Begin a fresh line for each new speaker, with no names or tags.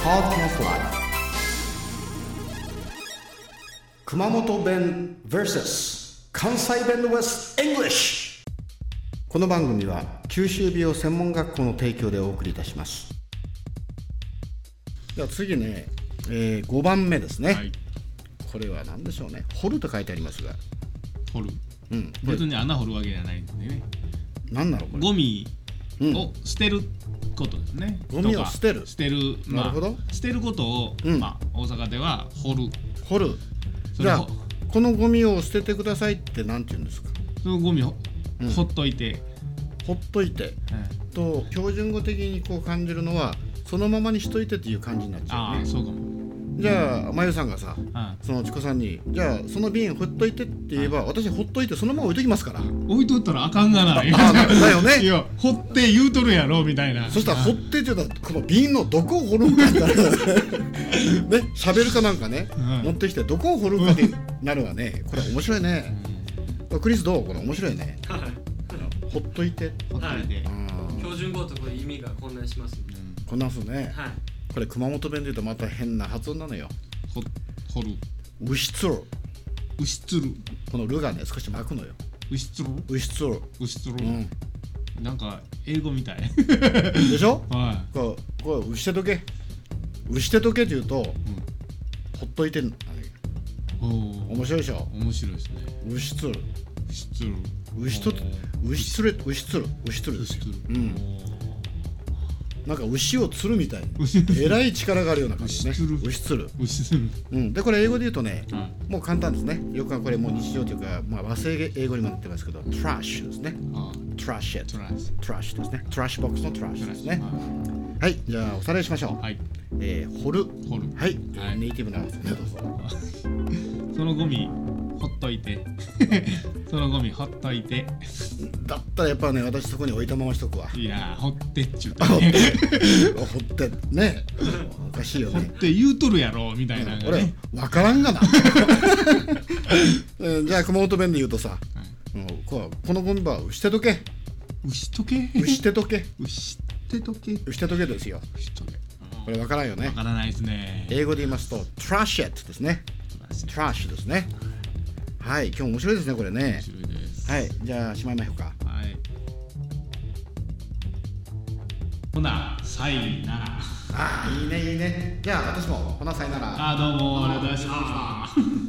Podcast Live 熊本弁 vs 関西弁 vs English この番組は九州美容専門学校の提供でお送りいたしますでは次ね、え5番目ですね、
はい。
これは何でしょうね掘ると書いてありますが
掘る。
うんこれ
別に穴掘るわけじゃないんでね。
何なのこれ
ゴミ
うん
を捨てることですね。
ゴミを
とか
捨てる
捨てる。まあ、
なるほど
捨てることを、
うん
まあ、大阪では掘る。
掘る
そ
じ
れ
ゃ
を
あこのゴミを捨ててくださいって何て言うんですか
そのゴミを、
うん
ほっといて、
ほっといてと標準語的にこう感じるのはそのままにしといてっていう感じになっちゃう
あ
ね
あ、そうかも。
じゃあまゆさんがさ
あ
そのチコさんに「じゃあその瓶ほっといて」って言えば、私ほっといてそのまま置いときますから
置いとったらあかんがな。いや
あだよね
いや、掘って言うとるやろみたいな。
そしたら「ほ
っ
って」って言うたらこの瓶のどこを掘るんかってなるねしゃべるかなんかね、
うん
持ってきてどこを掘るんかってなるわねこれ面白いね、クリスどうこれ面白いね
はい
ほっといて
ほっといて。
あー
標準語とこれ意味が混乱します、ね、
こんなんすね
はい
これ熊本弁で言うとまた変な発音なのよ
ほ掘る。
「ウシツル
うしつる。」
この「ル」がね少し巻くのよ
うしつる。
「ウシツル
うしつる」
う。ん
なんか、英語みたい。
でしょ
は
こうこう「うしてとけ」「うしてとけ」って言うと、ほっといてんの
い。おお。
面白いでしょ
面白いですね。
「うしつる」
失礼。
「うしと」「うしつれ」「うしつる」「うしつる」ですようんなんか牛を釣るみたい
牛を釣
にえらい力があるような感じね
牛釣る
牛釣る、
失礼。
うん、でこれ英語で言うとね、
は
もう簡単ですねよくはこれもう日常というか、まあ、和製英語にもなってますけど trash ですね
あ
trash
あ、
it
トライス。
trash ですね trash ボックスの trash ですね
は
はいじゃあおさらいしましょう、
い。
えー、掘る
掘る。
はい、
はい
ネイティブな発音どうぞ
そのゴミほっとい て。そのゴミほっといて。
だったらやっぱね私そこに置いたまましとくわ
いやー、ほってっちゅう。
掘
ほ
ってねおかしいよね
って言うとるやろみたいなのが
俺
ね。
分からんが な、うんじゃあ熊本弁で言うとさ、うんこうこのゴミ箱してとけ
牛とけ。
してとけ
牛ってとけ。
してとけですよ
牛とけ。
これ分からんよね
わからないですね。
英語で言いますと trash it ですね
面
trash ですねはい今日面白いですねこれね
白いです。
はいじゃあしまいましょうか
はい。ほな、さいなら。
ああいいねいいねじゃあ私もほなさいなら
あ、どうも、ありがとうございました。